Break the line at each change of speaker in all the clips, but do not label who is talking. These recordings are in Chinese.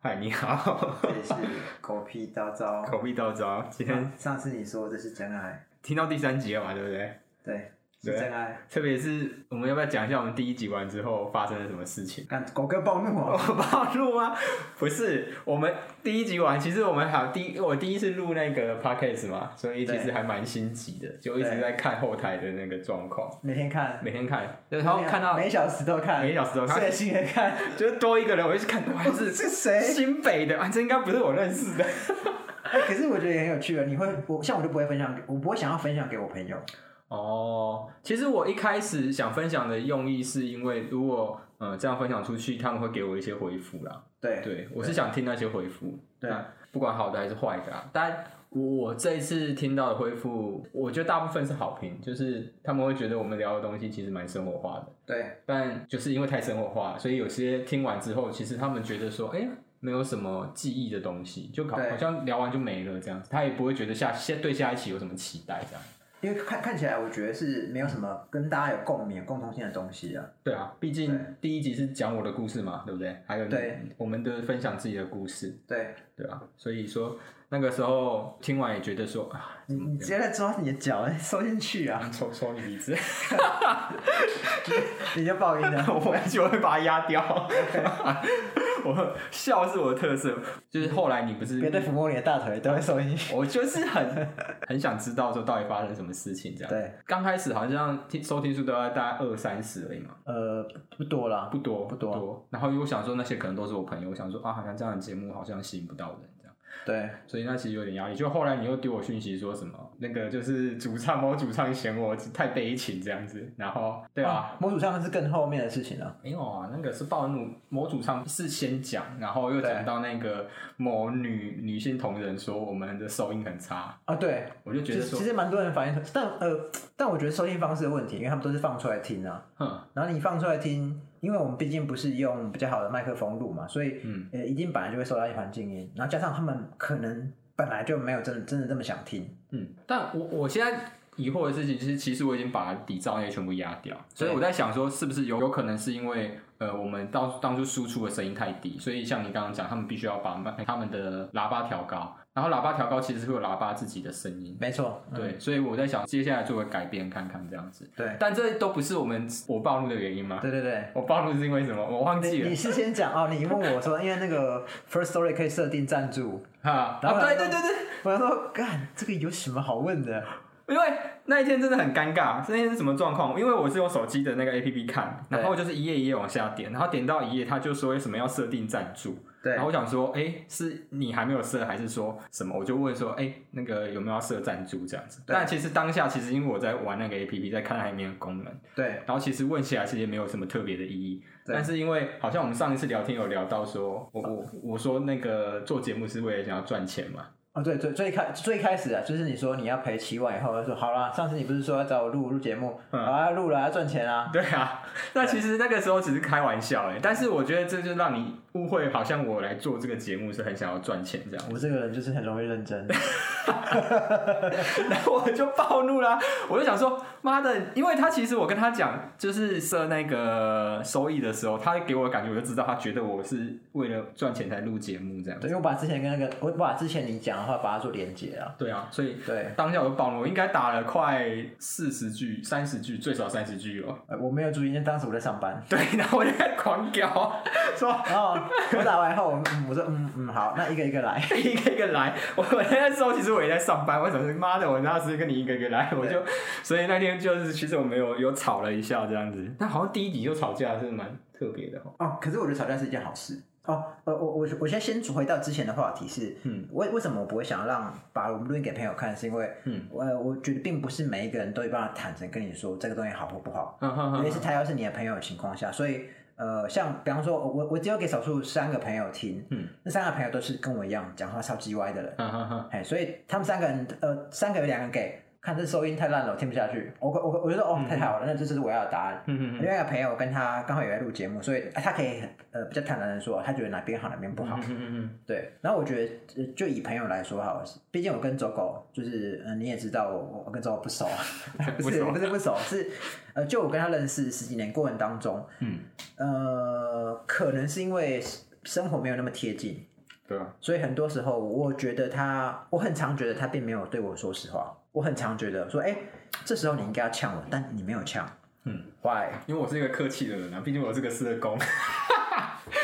嗨，你好，
这也是狗屁叨叨。
口壁刀招，今天
上次你说这是真爱，
听到第三集了嘛，对不对？
对，是
对
真爱。
特别是我们要不要讲一下我们第一集完之后发生了什么事情？
看狗哥暴怒哦，
我暴露吗？不是，我们第一集完，其实我们还有第我第一次录那个 podcast 嘛，所以其实
对
还蛮心急的，就一直
对
在看后台的那个状况，
每天看，
每天看，然后看到
每小时都看，
每小时都看
最新的看，
就是多一个人，我一直看，哇，是
是谁？
新北的，啊，这应该不是我认识的。
哎，可是我觉得也很有趣啊。你会，我像我就不会分享给，我不会想要分享给我朋友。
哦，其实我一开始想分享的用意是因为，如果呃这样分享出去，他们会给我一些回复啦。
对，
对，我是想听那些回复，
对
那不管好的还是坏的啊。但我我这一次听到的回复，我觉得大部分是好评，就是他们会觉得我们聊的东西其实蛮生活化的，
对，
但就是因为太生活化，所以有些听完之后，其实他们觉得说，哎、没有什么记忆的东西，就好
对
好像聊完就没了这样子，他也不会觉得下下对下一期有什么期待这样。
因为看看起来，我觉得是没有什么跟大家有共鸣、共同性的东西啊。
对啊，毕竟
对
第一集是讲我的故事嘛，对不对？还有
对
我们的分享自己的故事，
对
对啊，所以说那个时候听完也觉得说啊，
你，你直接在抓你的脚，哎收进去啊，
抽抽你鼻子，
你 就爆音了。
我回去我会把它压掉。 我笑是我的特色，就是后来你不
别
是，
对抚摸你的大腿，都会收进去。
我就是很很想知道说到底发生什么事情这样。
对，
刚开始好像听收听数都要大概二三十而已嘛，
呃，不多啦，
不多
不多
然后因为我想说那些可能都是我朋友，我想说啊，好像这样的节目好像吸引不到人这样。
对，
所以那其实有点压力。就后来你又丢我讯息说什么，那个就是主唱某主唱嫌我太悲情这样子，然后对啊，，
模组上是更后面的事情了、
没有啊，那个是暴怒某主唱是先讲，然后又
对
讲到那个某女女性同仁说我们的收音很差，
啊。对，
我就觉
其
得
实
说
其，实蛮多人反映，但呃，但我觉得收听方式的问题，因为他们都是放出来听啊。
哼，
然后你放出来听，因为我们毕竟不是用比较好的麦克风录嘛，所以
嗯
呃，一定本来就会受到一环境音，然后加上他们可能本来就没有真的真的这么想听。
嗯，但我我现在疑惑的事情就是，其实我已经把底噪那些全部压掉，所以我在想说，是不是有有可能是因为呃，我们当当初输出的声音太低，所以像你刚刚讲，他们必须要把麦他们的喇叭调高，然后喇叭调高其实会有喇叭自己的声音。
没错，嗯
对，所以我在想，接下来做个改变看看这样子，
对
但这都不是我们我暴露的原因吗？
对对对。
我暴露是因为什么？我啊忘记
你
了
你是先讲哦，你问我说，因为那个 First Story 可以设定赞助，
哈。
然后
啊，对
然后
对对对，
我想说，干这个有什么好问的？
因为那一天真的很尴尬，那天是什么状况？因为我是用手机的那个 APP 看，
对
然后就是一页一页往下点，然后点到一页，他就说为什么要设定赞助，
对
然后我想说，哎、是你还没有设，还是说什么？我就问说，哎、那个有没有要设赞助这样子？
对
但其实当下其实因为我在玩那个 APP，在看它里面的功能，
对
然后其实问起来其实也没有什么特别的意义，
对
但是因为好像我们上一次聊天有聊到说，我我我说那个做节目是为了想要赚钱嘛，
哦，对，最最开最开始啊，就是你说你要赔七万以后，他说好啦，上次你不是说要找我录录节目，
嗯
好啊，录了要赚钱啊，
对啊，那其实那个时候只是开玩笑哎，但是我觉得这就让你误会，好像我来做这个节目是很想要赚钱这 样，
我这个人就是很容易认真，
然后我就暴怒啦，我就想说，妈的，因为他其实我跟他讲，就是设那个收益的时候，他给我的感觉，我就知道他觉得我是为了赚钱才录节目这样，
对，因为我把之前跟那个，我把之前你讲的话把它做连接啊，
对啊，所以
对，
当下我就暴怒，我应该打了快四十句、三十句，最少三十句哦，
呃我没有注意，因为当时我在上班，
对，然后我就开始狂屌，说
然后我打完后，嗯我说嗯嗯好，那一个一个来，
一个一个来。我我那时候其实我也在上班，我想说妈的，我那时跟你一个一个来，我就所以那天就是其实我们有有吵了一下这样子，但好像第一集就吵架，是蛮特别的哦。
哦，可是我觉得吵架是一件好事。哦，呃，我我我现在先回到之前的话题是，
嗯，
为为什么我不会想要让把我们录音给朋友看，是因为，
嗯，
呃，我觉得并不是每一个人都有办法坦诚跟你说这个东西好或不好，
嗯
尤其是他要是你的朋友的情况下，所以呃，像比方说，我我只有给少数三个朋友听，
嗯，
那三个朋友都是跟我一样讲话超级歪的人，
哈哈哈，
哎，所以他们三个人，呃，三个有两个给，看这收音太烂了，我听不下去，我我我就说哦，
嗯
太好了，那这就是我要的答案。
嗯嗯
另外一个朋友跟他刚好也在录节目，所以啊他可以很呃比较坦然的说，他觉得哪边好哪边不好。
嗯
对，然后我觉得呃就以朋友来说好了，毕竟我跟走狗就是，嗯、你也知道我我跟走狗不熟，啊不是
不熟啊
不是不熟，是呃，就我跟他认识十几年过程当中，
嗯
呃，可能是因为生活没有那么贴近，
对啊，
所以很多时候，我觉得他，我很常觉得他并没有对我说实话。我很常觉得说，哎、这时候你应该要呛我，但你没有呛。
嗯
，why？
因为我是一个客气的人啊，毕竟我是个社工。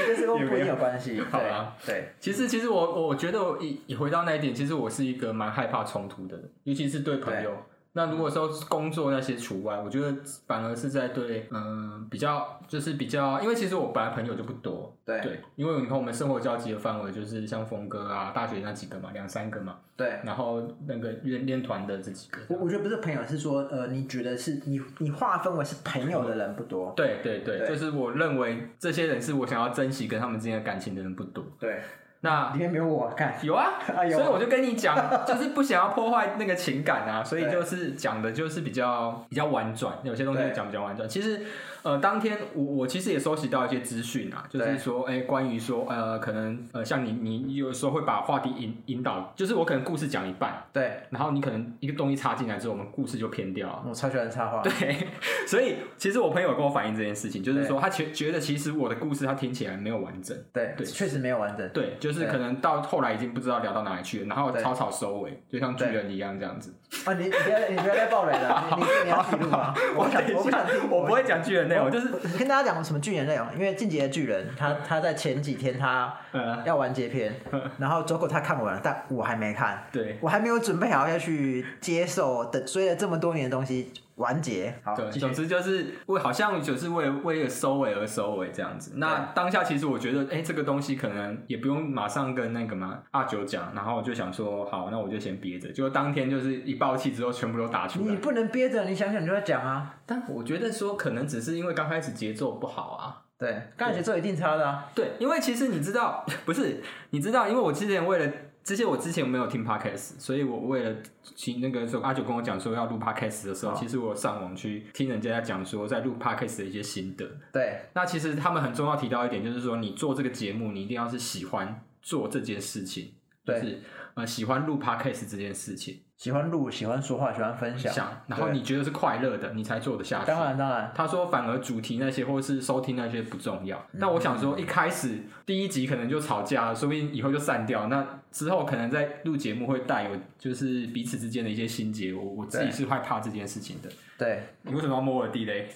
这是跟
也
不
没
一
有
定有关系。
好啊
对对，
其实，其实我我觉得我一一回到那一点，其实我是一个蛮害怕冲突的人，尤其是对朋友。那如果说工作那些除外，我觉得反而是在对嗯、比较就是比较，因为其实我本来朋友就不多，
对
对，因为你看我们生活交集的范围就是像峰哥啊，大学那几个嘛，两三个嘛，
对，
然后那个练练团的这几个，
我我觉得不是朋友，是说呃，你觉得是你你划分为是朋友的人不多。
对对对，
对
就是我认为这些人是我想要珍惜跟他们之间的感情的人不多。
对，
那
里面没有我看。
有啊，
哎呦
所以我就跟你讲，就是不想要破坏那个情 感啊，所以
对
就是讲的就是比较比较婉转，有些东西
对
讲比较婉转。其实，呃，当天我我其实也收集到一些资讯啊，就是
对
说，哎、关于说，呃，可能呃，像你你有时候会把话题引引导，就是我可能故事讲一半，
对，
然后你可能一个东西插进来之后，我们故事就偏掉了。
我超喜欢插话。
对， 所以其实我朋友有跟我反映这件事情，就是
对
说他觉觉得其实我的故事他听起来没有完整，
对
对
确实没有完整。
对，就是
对
可能到后来已经不知道聊到哪里去了，然后
对
草草收尾，就像巨人一样这样 子。
啊，你你不要你不要再爆雷了，你你你要记录 啊！我想
等一
我不
下
想听，
我不会讲巨人内容，
我
就是
我跟大家讲什么巨人内容，因为《进击的巨人》他他在前几天他
呃，
要完结篇，然后周狗他看完了，但我还没看，
对
我还没有准备好要去接受等追了这么多年的东西完结。好，
对，
继
总
续。
之就是为好像就是为为了收尾而收尾这样子。那当下其实我觉得，哎、这个东西可能也不用马上跟那个嘛阿九讲，然后我就想说，好，那我就先憋着。结果当天就是一爆气之后，全部都打出来
你。不能憋着，你想想你就要讲啊。
但我觉得说，可能只是因为刚开始节奏不好啊。
对，刚才节奏一定差的啊。
对，因为其实你知道，不是你知道，因为我之前为了这些，我之前没有听 podcast，所以我为了听那个时候阿九跟我讲说要录 podcast 的时候，
哦
其实我有上网去听人家在讲说在录 podcast 的一些心得。
对
那其实他们很重要提到一点，就是说你做这个节目，你一定要是喜欢做这件事情，就
对
是呃喜欢录 podcast 这件事情，
喜欢录，喜欢说话，喜欢分享。
想，然后
对
你觉得是快乐的，你才做得下去。
当然当然，
他说反而主题那些或是收听那些不重要。
嗯
那我想说，一开始第一集可能就吵架了，说不定以后就散掉。那之后可能在录节目会带有就是彼此之间的一些心结。我我自己
对
是害怕这件事情的。
对
你为什么要摸我的地雷？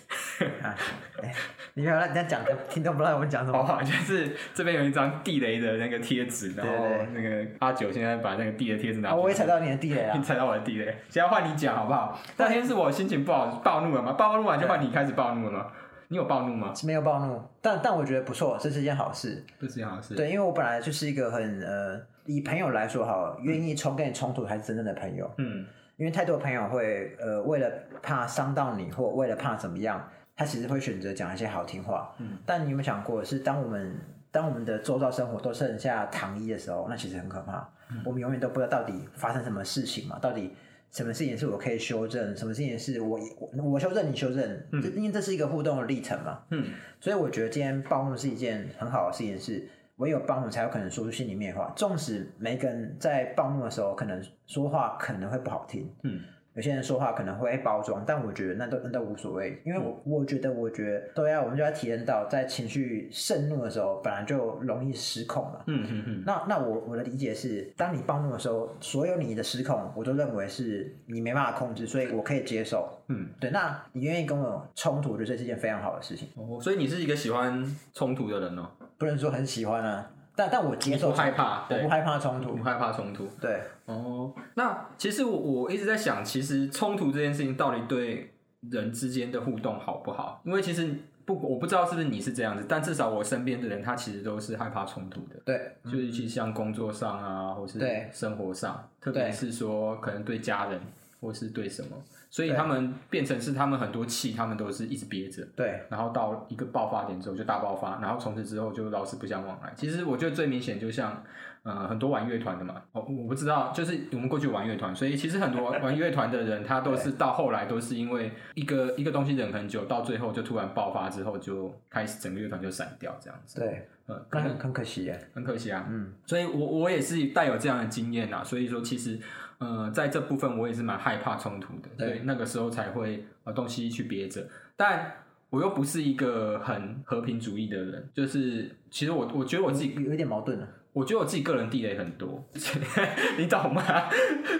啊，哎你不要让人家讲，听众不知道我们讲什
好
么。
吧，就是这边有一张地雷的那个贴纸，然后那个阿九现在把 那个地雷贴纸拿
啊，
出来。
我也 踩到你的地雷
你
啊！
踩到我的地雷，现在换你讲好不好？那天是我心情不好，暴怒了吗？暴怒完就换你开始暴怒了吗？你有暴怒吗？
没有暴怒，但但我觉得不错，这是一件好事。
不是，好像是。
对，因为我本来就是一个很呃，以朋友来说好，愿意冲跟你冲突才是真正的朋友。
嗯，
因为太多朋友会呃，为了怕伤到你，或为了怕怎么样，他其实会选择讲一些好听话。嗯，但你有没有想过，是当我们当我们的周遭生活都剩下糖衣的时候，那其实很可怕。我们永远都不知道到底发生什么事情嘛，到底什么事情是我可以修正，什么事情是我我我修正你修正，这因为这是一个互动的历程嘛。
嗯，
所以我觉得今天暴怒是一件很好的事情，是唯有暴怒才有可能说出心里面的话。纵使每个人在暴怒的时候，可能说话可能会不好听，
嗯，
有些人说话可能会包装，但我觉得那都那都无所谓，因为我我觉得我觉得都要我们就要体验到，在情绪盛怒的时候，本来就容易失控嘛。
嗯嗯嗯，
那那我我的理解是，当你暴怒的时候，所有你的失控，我都认为是你没办法控制，所以我可以接受。
嗯，
对，那你愿意跟我冲突，我觉得这是一件非常好的事情。
哦，所以你是一个喜欢冲突的人哦，
不能说很喜欢啊，但但我接受
不害怕，
我
对
不，害怕冲
不
突。
害怕冲突。
对，
哦，那其实我我一直在想，其实冲突这件事情到底对人之间的互动好不好？因为其实不，我不知道是不是你是这样子，但至少我身边的人，他其实都是害怕冲突的。
对，
就是尤其像工作上啊，或是
嗯对
生活上，特别
对
是说可能对家人或是对什么，所以
对
他们变成是他们很多气，他们都是一直憋着。
对，
然后到一个爆发点之后就大爆发，然后从此之后就老死不相往来。其实我觉得最明显就像，呃，很多玩乐团的嘛，哦，我不知道，就是我们过去玩乐团，所以其实很多玩乐团的人，他都是到后来都是因为一个一个东西忍很久，到最后就突然爆发之后，就开始整个乐团就散掉这样子。
对，
嗯，可
那
能
很很可惜耶。
很可惜啊。
嗯，
所以我我也是带有这样的经验啊，所以说其实呃，在这部分我也是蛮害怕冲突的，
对
所以那个时候才会呃东西去憋着，但我又不是一个很和平主义的人，就是其实我我觉得我自己
有有一点矛盾了。啊
我觉得我自己个人地雷很多， 你懂吗？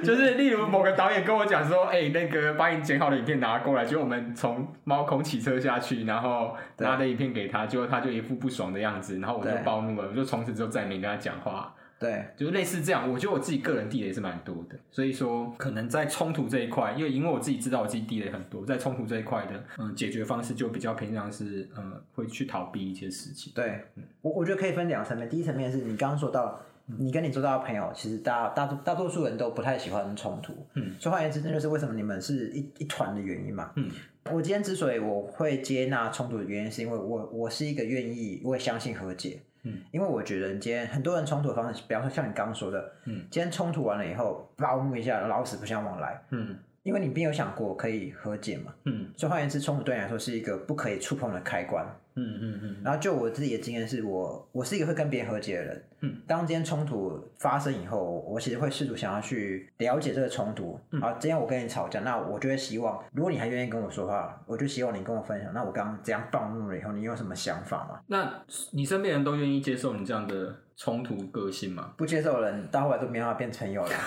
就是
嗯
例如某个导演跟我讲说，哎、那个把你剪好的影片拿过来，结果我们从猫空骑车下去，然后
对
拿的影片给他，结果他就一副不爽的样子，然后我就
对
暴怒了，我就从此之后再也没跟他讲话。
对
就是类似这样，我觉得我自己个人地雷是蛮多的，所以说可能在冲突这一块，因为因为我自己知道我自己地雷很多，在冲突这一块的，嗯，解决方式就比较偏向是，呃，会去逃避一些事情。
对，我我觉得可以分两层面。第一层面是你刚刚说到，你跟你做到的朋友，其实大大多大多数人都不太喜欢冲突。
嗯，
所以换言之，这就是为什么你们是一一团的原因嘛。
嗯，
我今天之所以我会接纳冲突的原因，是因为我我是一个愿意，我也相信和解。
嗯，
因为我觉得今天很多人冲突的方式，比方说像你刚刚说的，
嗯，
今天冲突完了以后，暴怒一下，老死不相往来，
嗯
因为你并没有想过可以和解嘛。
嗯
所以换言之，冲突对你来说是一个不可以触碰的开关。
嗯嗯嗯
然后就我自己的经验是我，我是一个会跟别人和解的人。
嗯，
当今天冲突发生以后，我其实会试图想要去了解这个冲突。
嗯
啊，今天我跟你吵架，那我就会希望，如果你还愿意跟我说话，我就希望你跟我分享，那我刚刚这样暴怒了以后，你有什么想法吗？
那你身边人都愿意接受你这样的冲突个性吗？
不接受的人到后来都没办法变朋友了。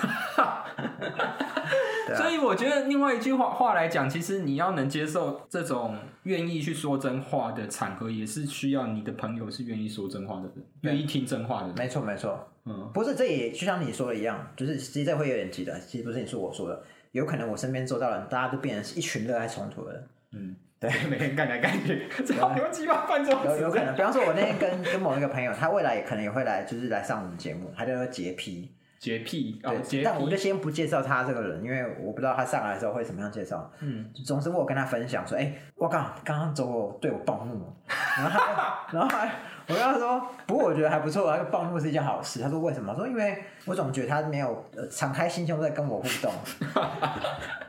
对啊
所以我觉得另外一句话话来讲，其实你要能接受这种愿意去说真话的场合，也是需要你的朋友是愿意说真话的人，愿意听真话的人。
没错，没错，
嗯
不是这也就像你说的一样，就是其实这会有点急的，其实不是你说我说的，有可能我身边周遭的人，大家都变成是一群热爱冲突的人。
嗯，对， 每天干来干去，只要牛鸡巴半
有有
钟
可 能，比方说，我那天跟跟某一个朋友，他未来也可能也会来，就是来上我们节目，他叫做洁癖，
洁癖啊，
对，
哦洁
但我就
癖，
先不介绍他这个人，因为我不知道他上来的时候会怎么样介绍。
嗯，
总之，我有跟他分享说，哎、我靠，刚刚走我对我暴怒了，然后他，然后还我跟他说，不过我觉得还不错，他暴怒是一件好事。他说为什么？我说因为我总觉得他没有、呃、敞开心胸在跟我互 动。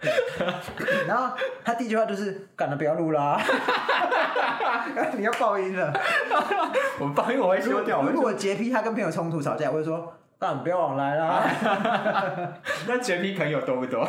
对然后他第一句话就是，干了不要录啦， 你要爆音了。
我帮因为我会
如
修掉，
果
我会
如
修
果洁癖他跟朋友冲突吵架，我会说，啊那你不要往来 啦。
那洁癖朋友多不 多？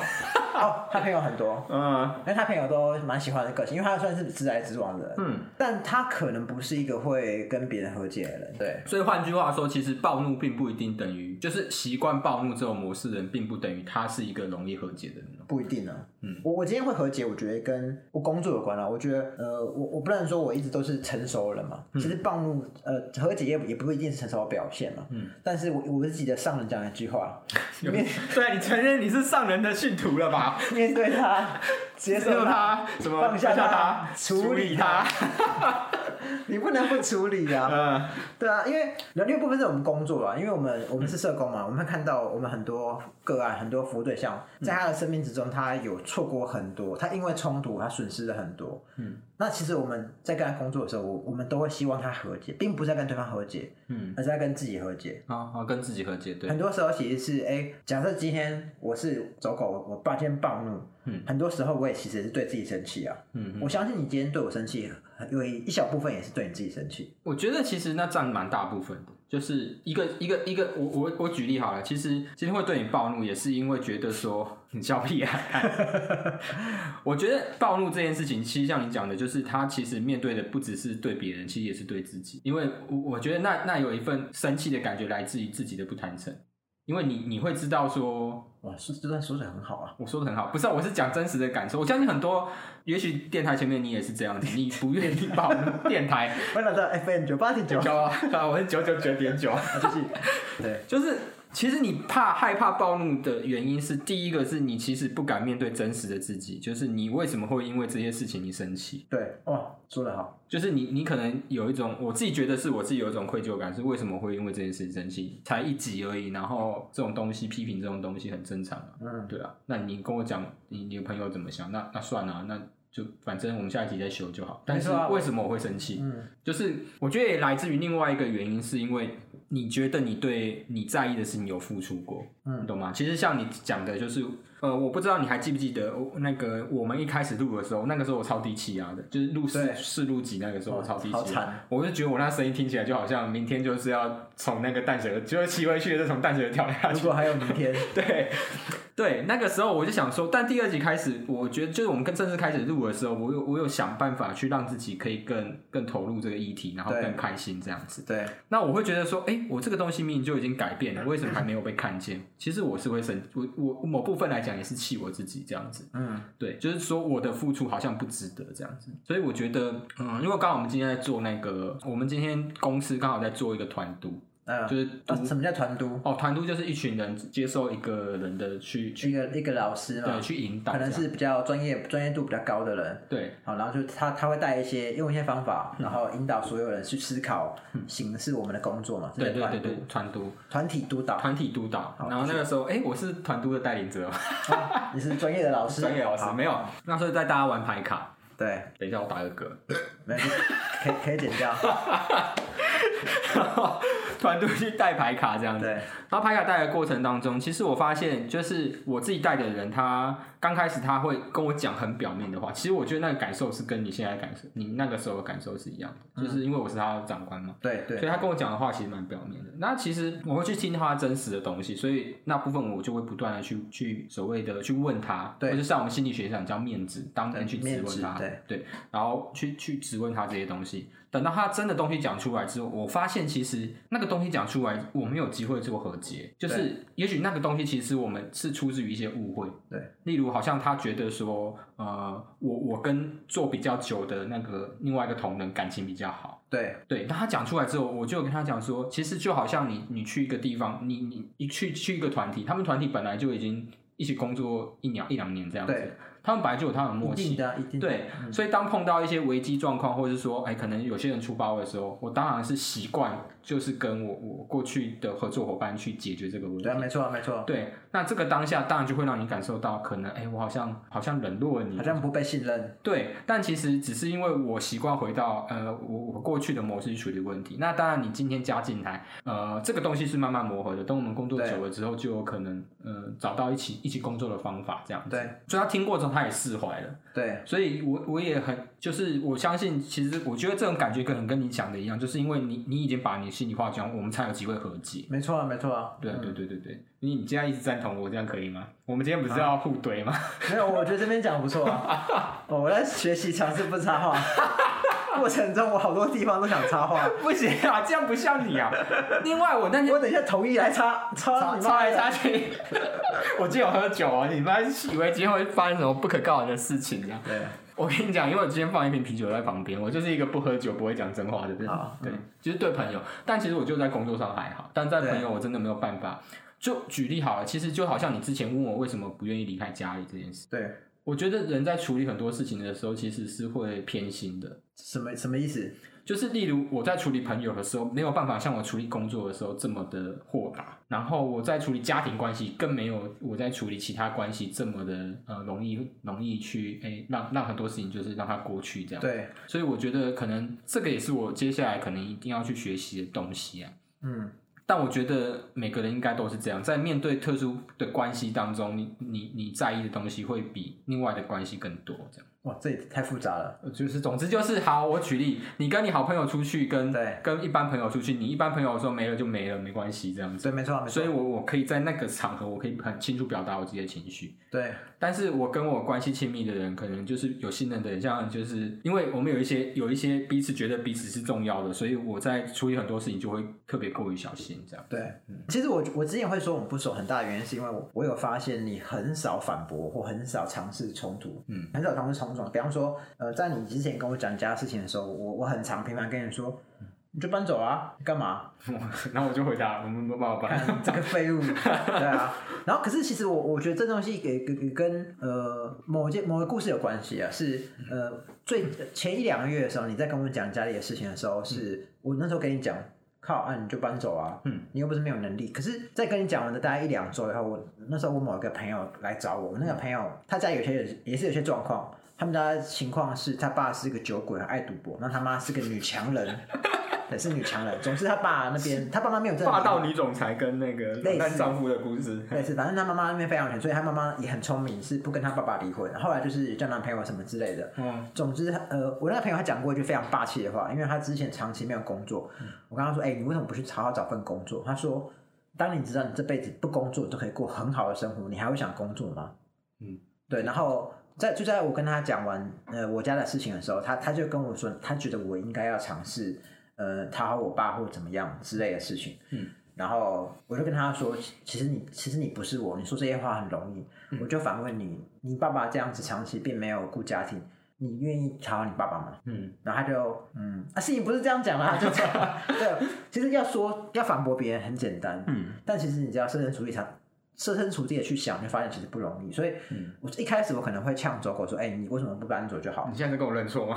哦，他朋友很多，
嗯
因为他朋友都蛮喜欢的个性，因为他算是直来直往的人，
嗯，
但他可能不是一个会跟别人和解的人。对，
所以换句话说，其实暴怒并不一定等于，就是习惯暴怒这种模式的人，并不等于他是一个容易和解的人哦。
不一定呢。
嗯，
我我今天会和解，我觉得跟我工作有关了。我觉得，呃，我我不能说我一直都是成熟人嘛。其实暴怒，呃，和解也也不一定是成熟的表现嘛。
嗯，
但是我我是记得上人讲了一句 话，面
对，你承认你是上人的信徒了吧？
面对他，接
接
受
受
他，
他，什么
放下
他
他，
处
处
理
理
他
他，你不能不处理啊。
嗯
对啊，因为人力部分是我们工作啊，因为我们我们是社工嘛，我们会看到我们很多个案、很多服务对象，
嗯
在他的生命之中，他有错过很多，他因为冲突，他损失了很多。
嗯，
那其实我们在跟他工作的时候，我我们都会希望他和解，并不是在跟对方和解，
嗯，
而是在跟自己和解。
好好跟自己和解，对
很，多时候其实是，哎、假设今天我是走狗，我我爸今天暴怒，
嗯
很多时候我也其实是对自己生气啊。
嗯，
我相信你今天对我生气，有一小部分也是对你自己生气。
我觉得其实那占蛮大部分的，就是一个一个一个，我我我举例好了，其实今天会对你暴怒，也是因为觉得说你笑屁啊。 我觉得暴怒这件事情，其实像你讲的，就是他其实面对的不只是对别人，其实也是对自己，因为我我觉得那那有一份生气的感觉来自于自己的不坦诚，因为你你会知道说
哇，说这段说的很好啊。
我说的很好，不是啊、我是讲真实的感受。我相信很多，也许电台前面你也是这样子，你不愿意报电台，
欢迎来到 FM 九八点九，
九啊，我是九九九点九，啊
继 续。对，
就是其实你怕害怕暴怒的原因是，第一个是你其实不敢面对真实的自己，就是你为什么会因为这些事情你生气，
对，哇，说的好，
就是你你可能有一种，我自己觉得是我自己有一种愧疚感，是为什么会因为这件事情生气，才一集而已，然后这种东西批评这种东西很正常啊。
嗯，
对啊，那你跟我讲你你的朋友怎么想，那那算了、啊那就反正我们下一集再修就好。但
没
是
错啊
为什么我会生气？
嗯，
就是我觉得也来自于另外一个原因，是因为你觉得你对你在意的事情有付出过，
嗯
你懂吗？其实像你讲的，就是呃，我不知道你还记不记得我那个我们一开始录的时候，那个时候我超低气压的，就是录试
对
试录集那个时候我超低
好
气压。
惨，
我就觉得我那声音听起来就好像明天就是要从那个淡水河，就是骑回去就从淡水河跳下去
如。果还有明天，
对，对，那个时候我就想说，但第二集开始，我觉得就是我们跟正式开始录的时候，我有我有想办法去让自己可以更更投入这个议题，然后
对
更开心这样子。
对，
那我会觉得说，哎、我这个东西明明就已经改变
嗯
了，为什么还没有被看见？其实我是会生，我我某部分来讲也是气我自己这样子。
嗯，
对，就是说我的付出好像不值得这样子，所以我觉得，嗯，因为刚好我们今天在做那个，我们今天公司刚好在做一个团督，
嗯，
就是
啊什么叫团督？
哦，团督就是一群人接受一个人的去去
一个一个老师嘛
对，去引导
嗯可
这样，
能是比较专业、专业度比较高的人，
对
好，然后就他他会带一些用一些方
嗯
法，然后引导所有人去思考形式我们的工作嘛，这
对对
个团
对对，团督
团体督 导，
团体督导，然后那个时候，哎、我是团督的带领者，哦
你是专业的老师，
专业哦老师
好
没有，那时候带大家玩牌卡，
对，
等一下我打个嗝。
没事，可以可以剪 掉，
然后 团队去带牌卡这样子。
对
然后牌卡带的过程当中，其实我发现，就是我自己带的人，他刚开始他会跟我讲很表面的话，其实我觉得那个感受是跟你现在的感受，你那个时候的感受是一样的，就是因为我是他的长官嘛。
对
所以
对
他跟我讲的话其实蛮表面的。那其实我会去听他真实的东西，所以那部分我就会不断的去去所谓的去问他，
对
或者像我们心理学上叫面子，当面
对
去质
面
问
子
他，
对
然后去去质问他这些东西。等到他真的东西讲出来之后，我发现其实那个东西讲出来，我们有机会做和解，就是也许那个东西其实我们是出自于一些误会，
对，
例如好像他觉得说，呃，我我跟做比较久的那个另外一个同仁感情比较好。
对
对，当他讲出来之后，我就有跟他讲说，其实就好像你你去一个地方，你你一去去一个团体，他们团体本来就已经一起工作一两一两年这样
对
子，他们本来就有他们的默
一定
契。
的啊一定的
对，所以当碰到一些危机状况，或者是说，哎，可能有些人出包的时候，我当然是习惯就是跟我我过去的合作伙伴去解决这个问题
对啊，。没错没错，
对，那这个当下当然就会让你感受到，可能哎，我好像好像冷落了你，
好像不被信任，
对，但其实只是因为我习惯回到呃我我过去的模式去处理问题。那当然，你今天加进来，呃，这个东西是慢慢磨合的。等我们工作
对
久了之后，就有可能呃找到一起一起工作的方法这样子。
对，
所以他听过之后，他也释怀了。
对
所以我我也很就是我相信，其实我觉得这种感觉可能跟你讲的一样，就是因为你你已经把你心里话讲，我们才有机会和解。
没错啊没错啊，
对对对对对，你你这样一直赞同我，这样可以吗？我们今天不是要互怼吗？
没有，我觉得这边讲得不错啊，哦我在学习尝试不插话，过程中我好多地方都想插话。
不行啊， 这样不像你啊。另外，我那天
我等一下同意来插插
擦
你
擦
妈
来
的
擦去， 我今天有喝酒啊！你妈以为今天会发生什么不可告人的事情这样？
对，
我跟你讲，因为我今天放一瓶啤酒在旁边，我就是一个不喝酒、不会讲真话的人
好。
对，就是对朋友，但其实我就在工作上还好，但在
对
朋友我真的没有办法。就举例好了，其实就好像你之前问我为什么不愿意离开家里这件事，
对，
我觉得人在处理很多事情的时候，其实是会偏心的。
什么什么意思？
就是例如我在处理朋友的时候，没有办法像我处理工作的时候这么的豁达，然后我在处理家庭关系，更没有我在处理其他关系这么的呃容易容易去哎、让让很多事情就是让它过去这样。，
对，
所以我觉得可能这个也是我接下来可能一定要去学习的东西啊。
嗯，
但我觉得每个人应该都是这样，在面对特殊的关系当中，你你你在意的东西会比另外的关系更多，这样。
哇，这也太复杂了。
呃就是，总之就是好。我举例，你跟你好朋友出去，跟
对
跟一般朋友出去，你一般朋友说没了就没了，没关系这样子。
对，没错，啊没错
所以。我我可以在那个场合，我可以很清楚表达我自己的情绪。
对，
但是我跟我关系亲密的人，可能就是有信任的人，像就是因为我们有一些有一些彼此觉得彼此是重要的，所以我在处理很多事情就会特别过于小心这样。 嗯
对。其实我我之前会说我们不熟，很大的原因是因为我我有发现你很少反驳或很少尝试冲突，
嗯，
很少尝试冲突。比方说，呃，在你之前跟我讲家事情的时候，我我很常频繁跟你说，
嗯
你就搬走啊，你干嘛？
然后我就回答，我们没办法办。
这个废 物，对啊。然后可是其实我我觉得这东西给给跟呃某件某个故事有关系啊，是呃最前一两个月的时候，你在跟我讲家里的事情的时候，是我那时候跟你讲。靠啊，你就搬走啊！
嗯，
你又不是没有能力。可是，在跟你讲完的大概一两周以后，我那时候我某一个朋友来找我，我那个朋
嗯
友他家有些人也是有些状况，他们家的情况是他爸是个酒鬼，很爱赌博，那他妈是个女强 人，对，是女强人。总之，他爸那边他爸妈没有正
霸
常。
道女总裁跟那个冷淡丈夫的故事，
类似，反正他妈妈那边非常有钱，所以他妈妈也很聪明，是不跟他爸爸离婚。后来就是交男朋友什么之类的。
嗯，
总之，呃，我那个朋友他讲过一句非常霸气
嗯
的话，因为他之前长期没有工作，我跟他说：“哎、你为什么不去好好找份工作？”他说：“当你知道你这辈子不工作都可以过很好的生活，你还会想工作吗？
嗯，
对。然后在就在我跟他讲完呃我家的事情的时候，他他就跟我说，他觉得我应该要尝试呃讨好我爸或怎么样之类的事情。
嗯，
然后我就跟他说，其其实你其实你不是我，你说这些话很容易。
嗯
我就反问你，你爸爸这样子长期并没有顾家庭，你愿意讨好你爸爸吗？
嗯
然后他就嗯啊，事情不是这样讲 啦，就这样。对，其实要说要反驳别人很简单，
嗯
但其实你只要设身处地想，设身处地的去想，你就发现其实不容易。所以
嗯，
我一开始我可能会呛走狗说：“哎、你为什么不搬走就 好
你现在在跟我认错吗？？”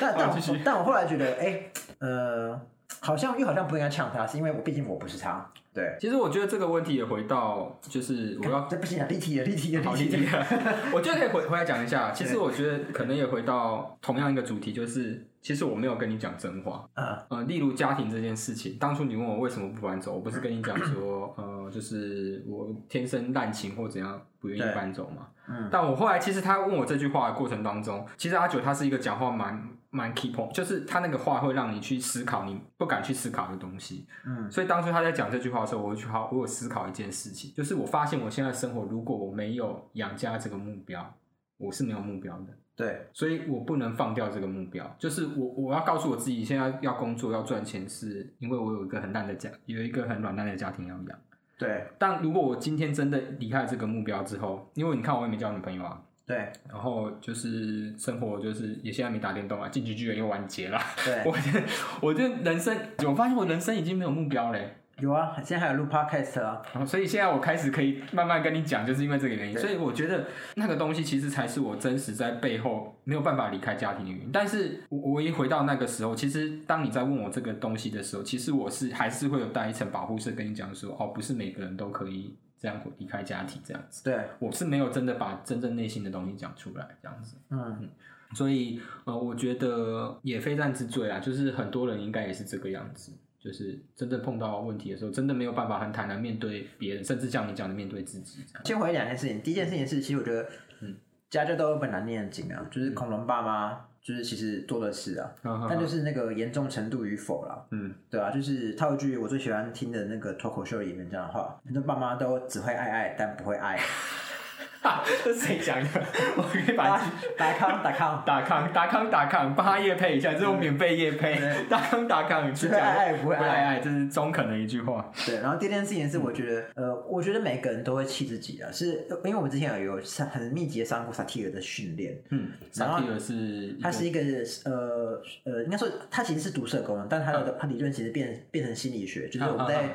但但
好继
我
续
但我后来觉得，哎、呃，好像又好像不应该呛他，是因为我毕竟我不是他。对，
其实我觉得这个问题也回到，就是我 要
这不行啊，立体的立体的
好
立
理
体
解
的。，
我觉得可以回回来讲一下。其实我觉得可能也回到同样一个主题，就是其实我没有跟你讲真话。
啊，
呃，例如家庭这件事情，当初你问我为什么不搬走，我不是跟你讲说，呃，就是我天生滥情或怎样不愿意
对
搬走吗？
嗯，
但我后来其实他问我这句话的过程当中，其实阿九他是一个讲话蛮蛮 keep on，就是他那个话会让你去思考你不敢去思考的东西。
嗯
所以当初他在讲这句话的时候，我就好，我有思考一件事情，就是我发现我现在生活，如果我没有养家这个目标，我是没有目标的。
对，
所以我不能放掉这个目标，就是我我要告诉我自己，现在要工作要赚钱，是因为我有一个很烂的家，有一个很软烂的家庭要养。
对，
但如果我今天真的离开这个目标之后，因为你看我也没交女朋友啊，
对，
然后就是生活就是也现在没打电动啊，进击巨人又完结了。
对，
我觉得我觉得人生，我发现我人生已经没有目标嘞、
有啊，现在还有录 podcast 啊。
然后所以现在我开始可以慢慢跟你讲，就是因为这个原因。
对
所以我觉得那个东西其实才是我真实在背后没有办法离开家庭的原因。但是我我一回到那个时候，其实当你在问我这个东西的时候，其实我是还是会有带一层保护色跟你讲说，哦，不是每个人都可以这样离开家庭这样子。
对，
我是没有真的把真正内心的东西讲出来这样子。
嗯，
所以呃，我觉得也非战之罪啦，就是很多人应该也是这个样子，就是真正碰到问题的时候，真的没有办法很坦然面对别人，甚至像你讲的面对自己这样。
先回两件事情。第一件事情是，其实我觉得，
嗯
家家都有本难念的经啊，就是恐龙爸妈就是其实做的事啊，但就
嗯
是那个严重程度与否啦，
嗯
对啊，就是套一句我最喜欢听的那个脱口秀演员讲的话，很多爸妈都只会爱爱，但不会 爱。
哈，这是谁讲的？ 我可以把
打打康打康，
打康打康打康帮他夜配一下，这种免费夜配，
对
打康打康去
只
讲
会爱爱不
不
会爱。
爱，这是中肯的一句话。
对，然后第二件事情是，我觉得，呃，我觉得每个人都会气自己啊，是因为我们之前有有很密集的上过萨提尔的训练，
嗯，
然后
萨提尔是
他是
一
一个呃呃，应该说他其实是读社工的，但他的、他理论其实变变成心理学，就是我们在、
嗯嗯嗯嗯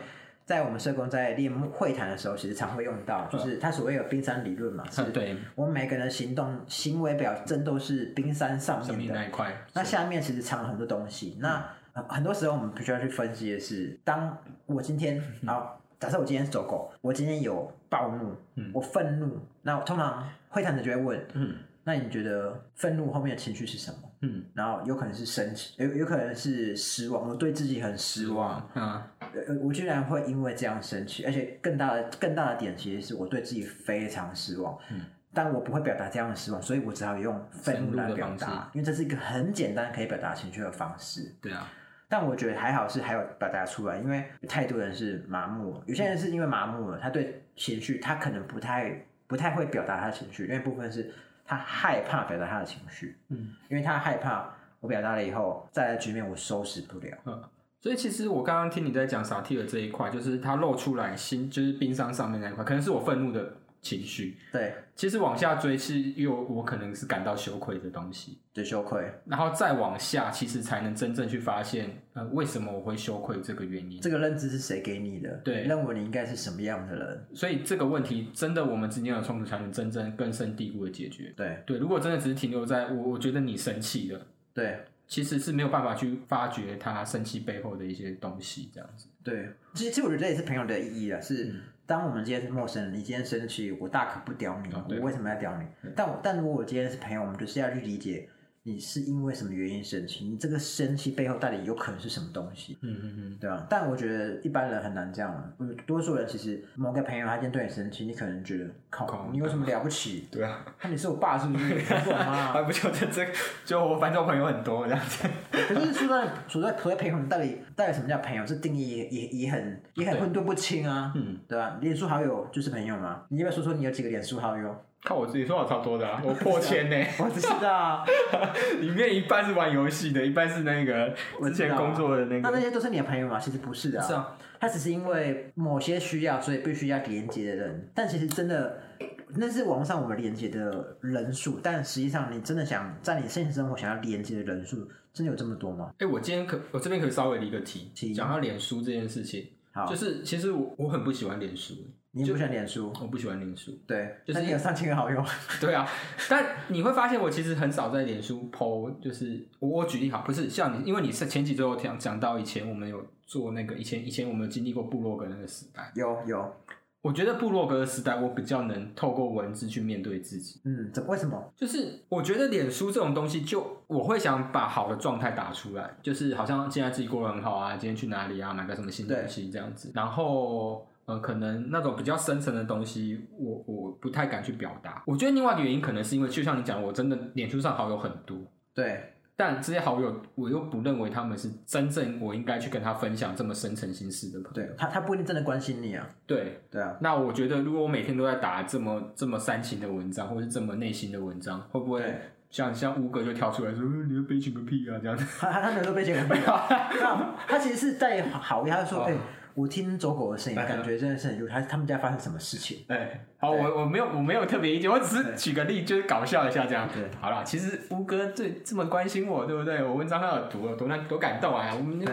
在我们社工在练会谈的时候，其实常会用到，就是他所谓有冰山理论嘛，是
嗯个嗯 对
我们每个人的行动行为表征都是冰山上
生
面
命
的
那，一嗯块。
那下面其实藏了很多东西。那、呃很多时候我们必须要去分析的是，当我今天好，假设我今天是走狗，我今天有暴怒，
嗯
我愤怒，那我通常会谈的就会问，
嗯
那你觉得愤怒后面的情绪是什么？
嗯，
然后有可能是生气，有有可能是失望，我对自己很失望，
啊
呃我居然会因为这样生气，而且更大的更大的点其实是我对自己非常失望，
嗯
但我不会表达这样的失望，所以我只好用愤怒来表
深入的方
达，因为这是一个很简单可以表达情绪的方式。
对啊，
但我觉得还好是还有表达出来，因为有太多人是麻木了，有些人是因为麻木了，他对情绪他可能不太不太会表达他的情绪，另一部分是他害怕表达他的情绪。
嗯。
因为他害怕我表达了以后，再来局面我收拾不了。
所以其实我刚刚听你在讲萨提尔这一块，就是它露出来心，就是冰山上面那一块，可能是我愤怒的情绪。
对，
其实往下追是因为我可能是感到羞愧的东西，
对，羞愧，
然后再往下，其实才能真正去发现，呃，为什么我会羞愧这个原因。
这个认知是谁给你的？
对
你认为你应该是什么样的人？
所以这个问题真的我们之间的冲突才能真正根深蒂固的解决。
对，
对，如果真的只是停留在我我觉得你生气了，
对，
其实是没有办法去发掘他生气背后的一些东西，这样子。
对。其实，其实我觉得这也是朋友的意义了，啊是。
嗯
当我们今天是陌生人，你今天生气，我大可不屌你，
哦对
我为什么要屌你？但我但如果我今天是朋友，我们就是要去理解你是因为什么原因生气，你这个生气背后到底有可能是什么东西，
嗯嗯
对吧？但我觉得一般人很难这样啊，嗯多数人其实某个朋友他今天对你生气，你可能觉得靠
靠，
你有什么了不起
嗯，？对啊，
那你是我爸是不是？你是我妈 啊
还？不就这这，就我反正朋友很多这样 子，
可是说到所谓所谓朋友，你到底到底什么叫朋友？这定义也也也很也很混沌不清啊，
嗯，
对吧？脸书好友就是朋友嘛，你要不要说说你有几个脸书好友？
看我自己说好超多的啊，我破千呢、
我知道啊。
里面一半是玩游戏的，一半是那个
我
之
知道啊
前工作的那
那那
个。
些都是你的朋友吗？其实不是的、
是啊，
他只是因为某些需要，所以必须要连接的人。但其实真的，那是网上我们连接的人数，但实际上你真的想在你现实生活想要连接的人数，真的有这么多吗？
哎、我今天可我这边可以稍微离个题
请，
讲到脸书这件事情，
好
就是其实我我很不喜欢脸书，
你也不喜欢脸书，
我不喜欢脸书。
对，
就是
但你有上千个好友，
对啊，但你会发现我其实很少在脸书 PO，就是我我举例好，不是像你，因为你是前几周有讲讲到以前我们有做那个以前以前我们有经历过部落格那个时代，
有有，
我觉得部落格的时代我比较能透过文字去面对自己。
嗯，怎为什么？
就是我觉得脸书这种东西就，我会想把好的状态打出来，就是好像现在自己过得很好啊，今天去哪里啊，买个什么新东西这样子。然后呃，可能那种比较深层的东西，我我不太敢去表达。我觉得另外一个原因可能是因为，就像你讲，我真的脸书上好友很多，
对，
但这些好友我又不认为他们是真正我应该去跟他分享这么深层心事的朋友。
对他他不一定真的关心你啊，
对，
对啊，
那我觉得，如果我每天都在打这么这么煽情的文章，或是这么内心的文章，会不
对
会像像乌哥就跳出来说：“呃你悲情个屁啊！”这样子。
他他他没有被 剪过，他啊他其实是带好意，他就说，
哦
哎、我听走狗的声音，
嗯
感觉真的是很忧，他他们家发生什么事情？
哎，好，
对
我我没有我没有特别意见，我只
对
是举个例，就是搞笑一下这样
对。
好了，其实乌哥最这么关心我，对不对？我文章他有读，有多难多感动啊！我们
对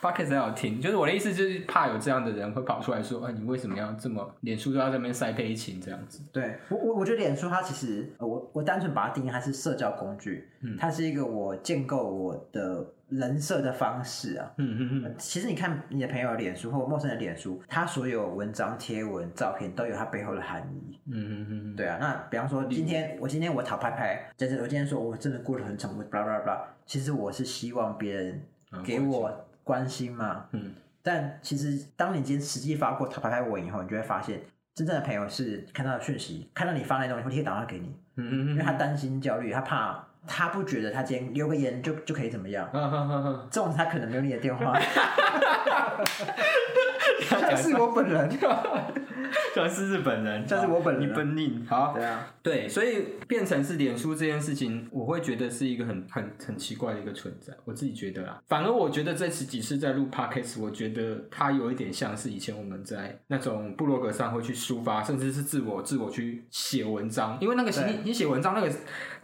p o c k e t 才有听，就是我的意思，就是怕有这样的人会跑出来说：“哎，你为什么要这么脸书都要在那边晒悲情这样子
对我我我觉得脸书它其实呃我我单纯把它定义它是社交工具，
嗯
它是一个我建构我的人设的方式啊？”。
嗯嗯嗯，
其实你看你的朋友的脸书或陌生人的脸书，他所有文章、贴文、照片都有它背后的含义。
嗯嗯嗯，
对啊，那比方说今天我今天我讨拍拍，就是我今天说哦我真的过得很惨，我 blah blah blah，其实我是希望别人
嗯
给我关心嘛。
嗯，
但其实当你今天实际发过讨拍拍文以后，你就会发现，真正的朋友是看到讯息，看到你发那东西会立刻打电话给你，
嗯
因
嗯
为
嗯
他担心焦虑，他怕他不觉得他今天留个言就就可以怎么样。
哈哈 哈哈，
这种他可能没有你的电 话，
要讲
像是我本人。
像是日本人，
像是我本人啊
你本人好。
对啊，
对，所以变成是脸书这件事情，我会觉得是一个很很很奇怪的一个存在。我自己觉得啦，反而我觉得这次几次在录 podcast，我觉得它有一点像是以前我们在那种部落格上会去抒发，甚至是自我自我去写文章，因为那个
对
你你写文章那个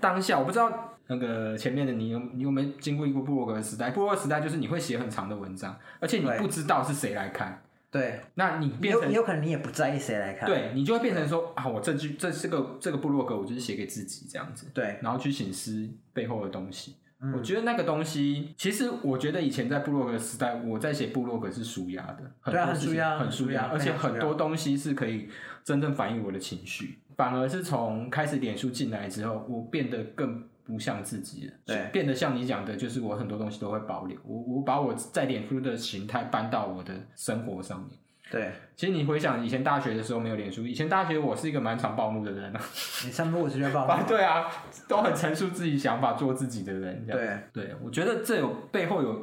当下，我不知道那个前面的你有你有没有经过一个部落格的时代？部落格时代就是你会写很长的文章，而且你
对
不知道是谁来看，
对，
那你变
有
成
也有可能你也不在意谁来看。
对你就会变成说啊，我这句这这个这个部落格，我就是写给自己这样子，
对，
然后去醒思背后的东西。
嗯
我觉得那个东西，其实我觉得以前在部落格时代，我在写部落格是舒压的，很
对啊
多事情
很舒压
很舒压，
很舒压
而且
非常舒压
很多东西是可以真正反映我的情绪。反而是从开始脸书进来之后，我变得更不像自己了，
对
变得像你讲的，就是我很多东西都会保留，我我把我在脸书的形态搬到我的生活上面。
对，
其实你回想以前大学的时候没有脸书，以前大学我是一个蛮常暴怒的人啊，
你三不五时就报
啊
名。
对啊，都很陈述自己想法、做自己的人这样。
对，
对，我觉得这有背后有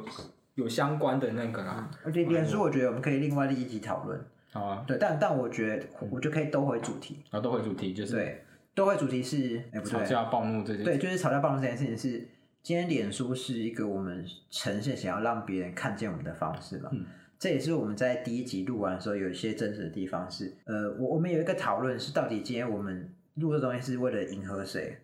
有相关的那个啦，
而且脸书我觉得我们可以另外的一集讨论。
好啊，
对，但但我觉得我就可以兜回主题。
然后都会主题嗯就是
对，兜回主题是，哎、不
吵
对，
架、暴怒这些。
对，就是吵架暴怒这件事情是，今天脸书是一个我们呈现想要让别人看见我们的方式嘛。
嗯
这也是我们在第一集录完的时候有一些真实的地方是，呃，我我们有一个讨论是，到底今天我们录这东西是为了迎合谁？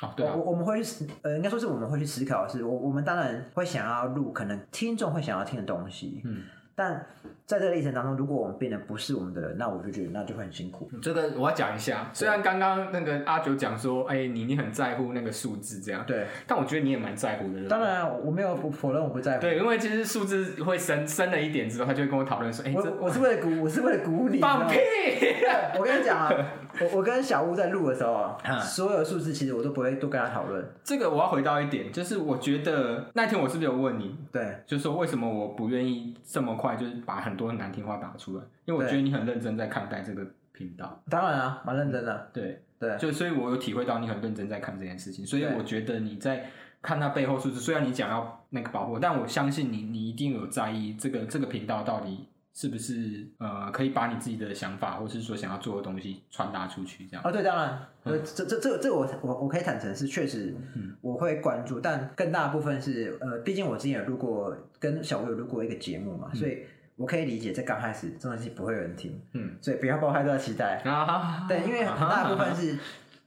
哦，对啊
我，我我们会去思，呃，应该说是我们会去思考的是，我我们当然会想要录可能听众会想要听的东西，
嗯，
但在这个历程当中，如果我们变得不是我们的人，那我就觉得那就会很辛苦。
这个我要讲一下。虽然刚刚那个阿九讲说，哎，你你很在乎那个数字这样，
对，
但我觉得你也蛮在乎的。对不对
当，然啊我没有不否认我不在乎，
对，因为其实数字会升升了一点之后，他就会跟我讨论说，哎，
我
这
我是为了鼓，我是为了鼓舞你。
放屁
你知道吗我跟你讲啊，我我跟小吴在录的时候啊，
嗯
所有的数字其实我都不会多跟他讨论。
这个我要回到一点，就是我觉得那天我是不是有问你，
对，
就是说为什么我不愿意这么快就是把很多难听话打出来？因为我
对
觉得你很认真在看待这个频道，
当然啊，蛮认真的。
对，
对，
就所以我有体会到你很认真在看这件事情，所以
对
我觉得你在看它背后数字，虽然你讲要那个保护，但我相信你，你一定有在意这个这个频道到底是不是呃可以把你自己的想法，或是说想要做的东西传达出去，这样。
哦，对，当然，对，这这这这我我我可以坦诚是确实我会关注，但更大部分是呃，毕竟我之前有录过跟小吴有录过一个节目嘛，所以我可以理解在刚开始这种东西不会有人听，
嗯，
所以不要抱太大的期待。
啊，
对，因为很大部分是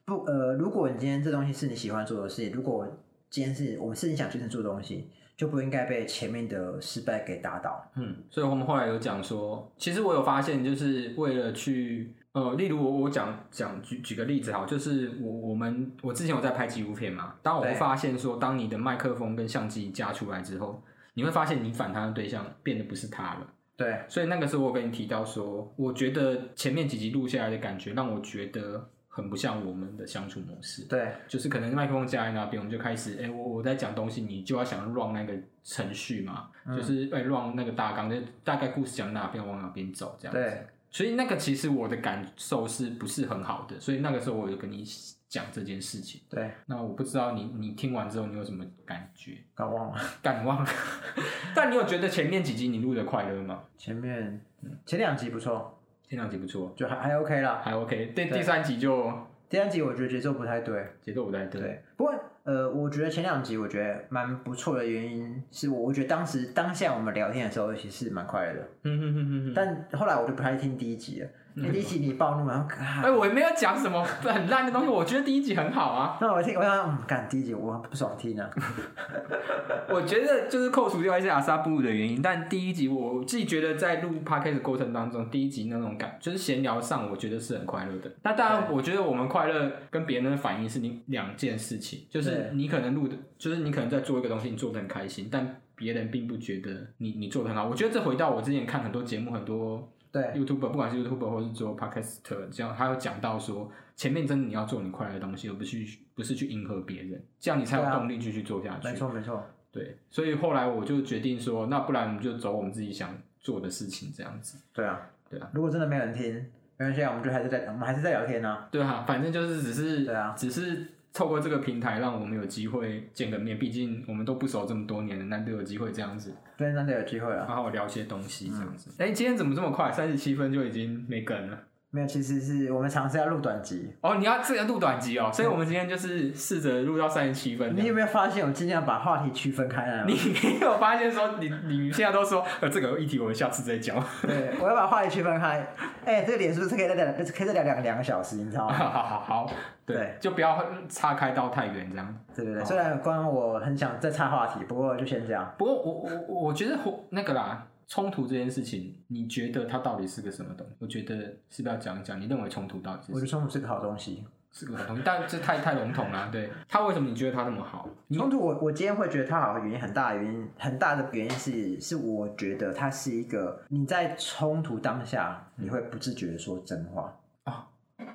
不呃，如果你今天这东西是你喜欢做的事，如果今天是我们是你想去做的东西，就不应该被前面的失败给打倒。
嗯，所以我们后来有讲说，其实我有发现，就是为了去呃，例如我我讲讲举举个例子好，就是我我们我之前有在拍纪录片嘛，当我
对
会发现说，当你的麦克风跟相机加出来之后，你会发现你反弹的对象变得不是他了。
对，
所以那个时候我跟你提到说，我觉得前面几集录下来的感觉，让我觉得很不像我们的相处模式。
对，
就是可能麦克风架在那边，我们就开始，哎、我我在讲东西，你就要想 run 那个程序嘛，就是哎、run 那个大纲，就大概故事讲哪边往哪边走这样子。
对，
所以那个其实我的感受是不是很好的，所以那个时候我就跟你讲这件事情。
对，
那我不知道你你听完之后你有什么感觉？
搞忘了。
敢忘？ 但你有觉得前面几集你录的快乐吗？
前面前两集不错，
前两集不错，
就还还 OK 啦。
还 OK。对，
对
第三集就
第三集我觉得节奏不太对，
节奏不太对。
对。不过呃，我觉得前两集我觉得蛮不错的原因是我我觉得当时当下我们聊天的时候其实蛮快乐的，
嗯哼哼哼哼。
但后来我就不太听第一集了，因为第一集你暴怒然后
哎、
啊，
我也没有讲什么很烂的东西，我觉得第一集很好啊。
那我听我想嗯，干第一集我不爽听啊，
我觉得就是扣除掉一些阿萨布鲁的原因，但第一集我自己觉得在录 podcast 的过程当中，第一集那种感就是闲聊上，我觉得是很快乐的。那当然，我觉得我们快乐跟别人的反应是另两件事情，就是
对
你可能录的，就是你可能在做一个东西，你做的很开心，但别人并不觉得你你做的很好。我觉得这回到我之前看很多节目，很多
对
YouTuber，不管是 YouTuber 或是做 Podcaster，这样他有讲到说，前面真的你要做你快乐的东西，而不是去不是去迎合别人，这样你才有
对啊
动力继续做下去。
没错没错，
对，所以后来我就决定说，那不然我们就走我们自己想做的事情，这样子。
对啊
对啊，
如果真的没有人听，没关系啊，我们就还是在我们还是在聊天啊，
对啊，反正就是只是，
对啊
只是透过这个平台，让我们有机会见个面。毕竟我们都不熟这么多年了，难得有机会这样子，
对，难得有机会啊。嗯
好好聊些东西这样子。哎、今天怎么这么快？三十七分就已经没梗了。
没有，其实是我们尝试要录短集，
哦，你要这个录短集哦，所以我们今天就是试着录到三十七分这
你
样。
有没有发现我尽量把话题区分开来？
你你有发现说你你现在都说呃这个议题我们下次再讲，
对，我要把话题区分开。哎、这个脸书是可以再聊，可以再聊两两个小时，你知道吗？
好好好，对，
对
就不要岔开到太远这样。
对对对，虽然刚刚我很想再插话题，不过就先这样。
不过我我我我觉得火那个啦，冲突这件事情，你觉得它到底是个什么东西？我觉得是不是要讲一讲？你认为冲突到底是
我觉
什么
得冲突是个好东西。
是个什么东西？ 但这太太笼统啦。对，它为什么你觉得它那么好？你
冲突我我今天会觉得它好的原因很大的原因很大的原因是是我觉得它是一个你在冲突当下你会不自觉的说真话。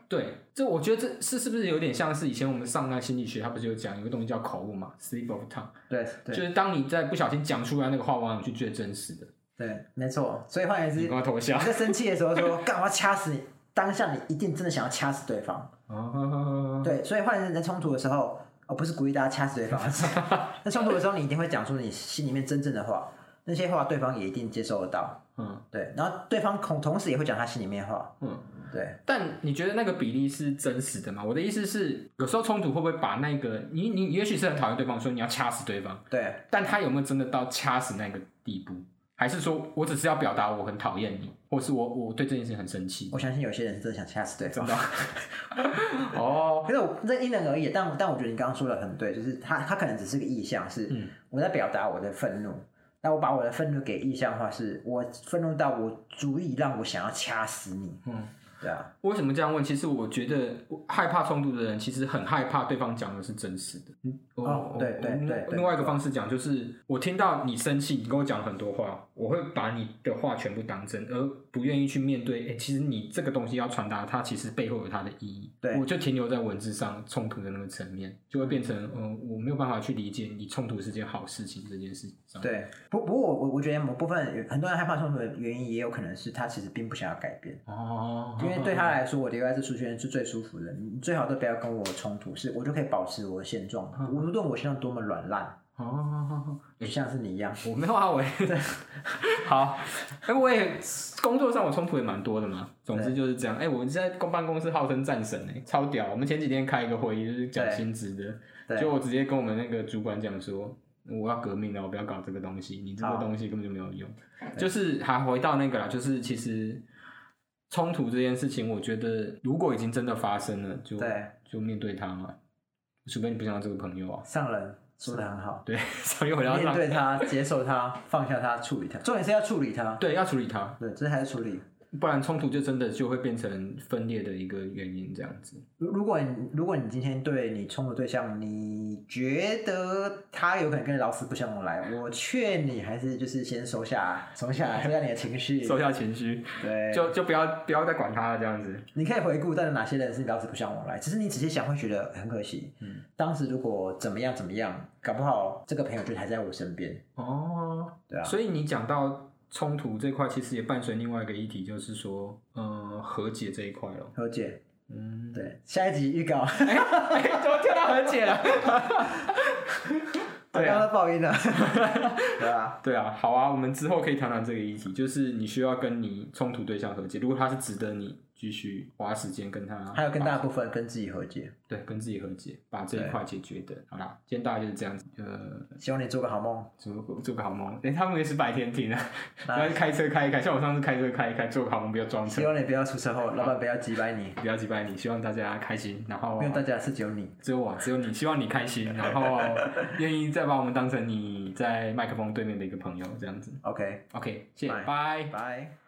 对这，我觉得这是是不是有点像是以前我们上那心理学，它不是有讲有个东西叫口误嘛，slip of tongue，
对
就
对
是当你在不小心讲出来那个话，往往是最真实的。
对，没错。所以换言之，
你
你
跟我投降。
在生气的时候说“干我要掐死你”，当下你一定真的想要掐死对方。
哦，
对，所以换人在冲突的时候，哦，不是鼓励大家掐死对方，是 那冲突的时候，你一定会讲出你心里面真正的话，那些话对方也一定接受得到。
嗯
对，然后对方同同时也会讲他心里面的话。
嗯。
对，
但你觉得那个比例是真实的吗？我的意思是，有时候冲突会不会把那个你你你也许是很讨厌对方，说你要掐死对方，
对，
但他有没有真的到掐死那个地步？还是说我只是要表达我很讨厌你，或是我我对这件事情很生气？
我相信有些人是真的想掐死对方
真。的？哦，
可是我这因人而异，但但我觉得你刚刚说的很对，就是他他可能只是个意向，是
嗯
我在表达我的愤怒，那我把我的愤怒给意向化，是我愤怒到我足以让我想要掐死你。
嗯，
对啊，
为什么这样问？其实我觉得害怕冲突的人，其实很害怕对方讲的是真实的。嗯，我
哦
我
对
我
对
另
对对
另外一个方式讲，就是我听到你生气，你跟我讲很多话，我会把你的话全部当真，而不愿意去面对。哎、其实你这个东西要传达，它其实背后有它的意义。
对
我就停留在文字上冲突的那个层面，就会变成，嗯、我没有办法去理解你冲突是件好事情这件事情上。
对。不不过我我我觉得某部分有很多人害怕冲突的原因，也有可能是他其实并不想要改变。
哦，
因为对他来说，我留在这舒适圈是最舒服的。你最好都不要跟我冲突，是我就可以保持我的现状，
嗯
无论我现状多么软烂，
哦，
就像是你一样。
我没有啊，我也 好，哎、我也工作上我冲突也蛮多的嘛。总之就是这样。哎、我们现在公办公室号称战神哎、超屌！我们前几天开一个会议，就是讲
对
薪资的，
对
就我直接跟我们那个主管讲说，我要革命了，我不要搞这个东西，你这个
好
东西根本就没有用。就是还回到那个啦，就是其实冲突这件事情，我觉得如果已经真的发生了，就
对，
就面对它嘛，除非你不想要这个朋友啊。
上人说的很好，
对，所以我要
面
让
对他，接受他，放下他，处理他，重点是要处理他。
对要处理它。
对，这才是处理。
不然冲突就真的就会变成分裂的一个原因，这样子。
如如果你如果你今天对你冲突对象，你觉得他有可能跟老死不相往来，我劝你还是就是先收下，收下来，收下你的情绪。
收下情绪，
对，
就就不要不要再管他了，这样子。
你可以回顾到底哪些人是老死不相往来，只是你仔细想会觉得很可惜。
嗯，
当时如果怎么样怎么样，搞不好这个朋友就还在我身边。
哦，
对啊，
所以你讲到冲突这块，其实也伴随另外一个议题，就是说，呃，和解这一块咯。
何姐，
嗯，
对，下一集预告，
哎怎么跳到和解 了？啊
我
对
刚
啊
刚都爆音了，对啊，
对啊，好啊，我们之后可以谈谈这个议题，就是你需要跟你冲突对象和解，如果他是值得你继续花时间跟他，
还有更大部分跟自己和解，
对啊跟自己和解，把这一块解决的。好啦，今天大概就是这样子，呃，
希望你做个好梦。
做个做个好梦。哎、他们也是白天听啊，
那
然后开车开一开，像我上次开车开一开，做个好梦，不要装
希
车，
望你不要出车祸，老板不要击败你，
不要击败你。希望大家开心，然后
因为大家是只有你。
只有我，只有你，希望你开心，然后愿意再把我们当成你在麦克风对面的一个朋友，这样子。
OK，
OK，谢谢，
拜
拜。
拜。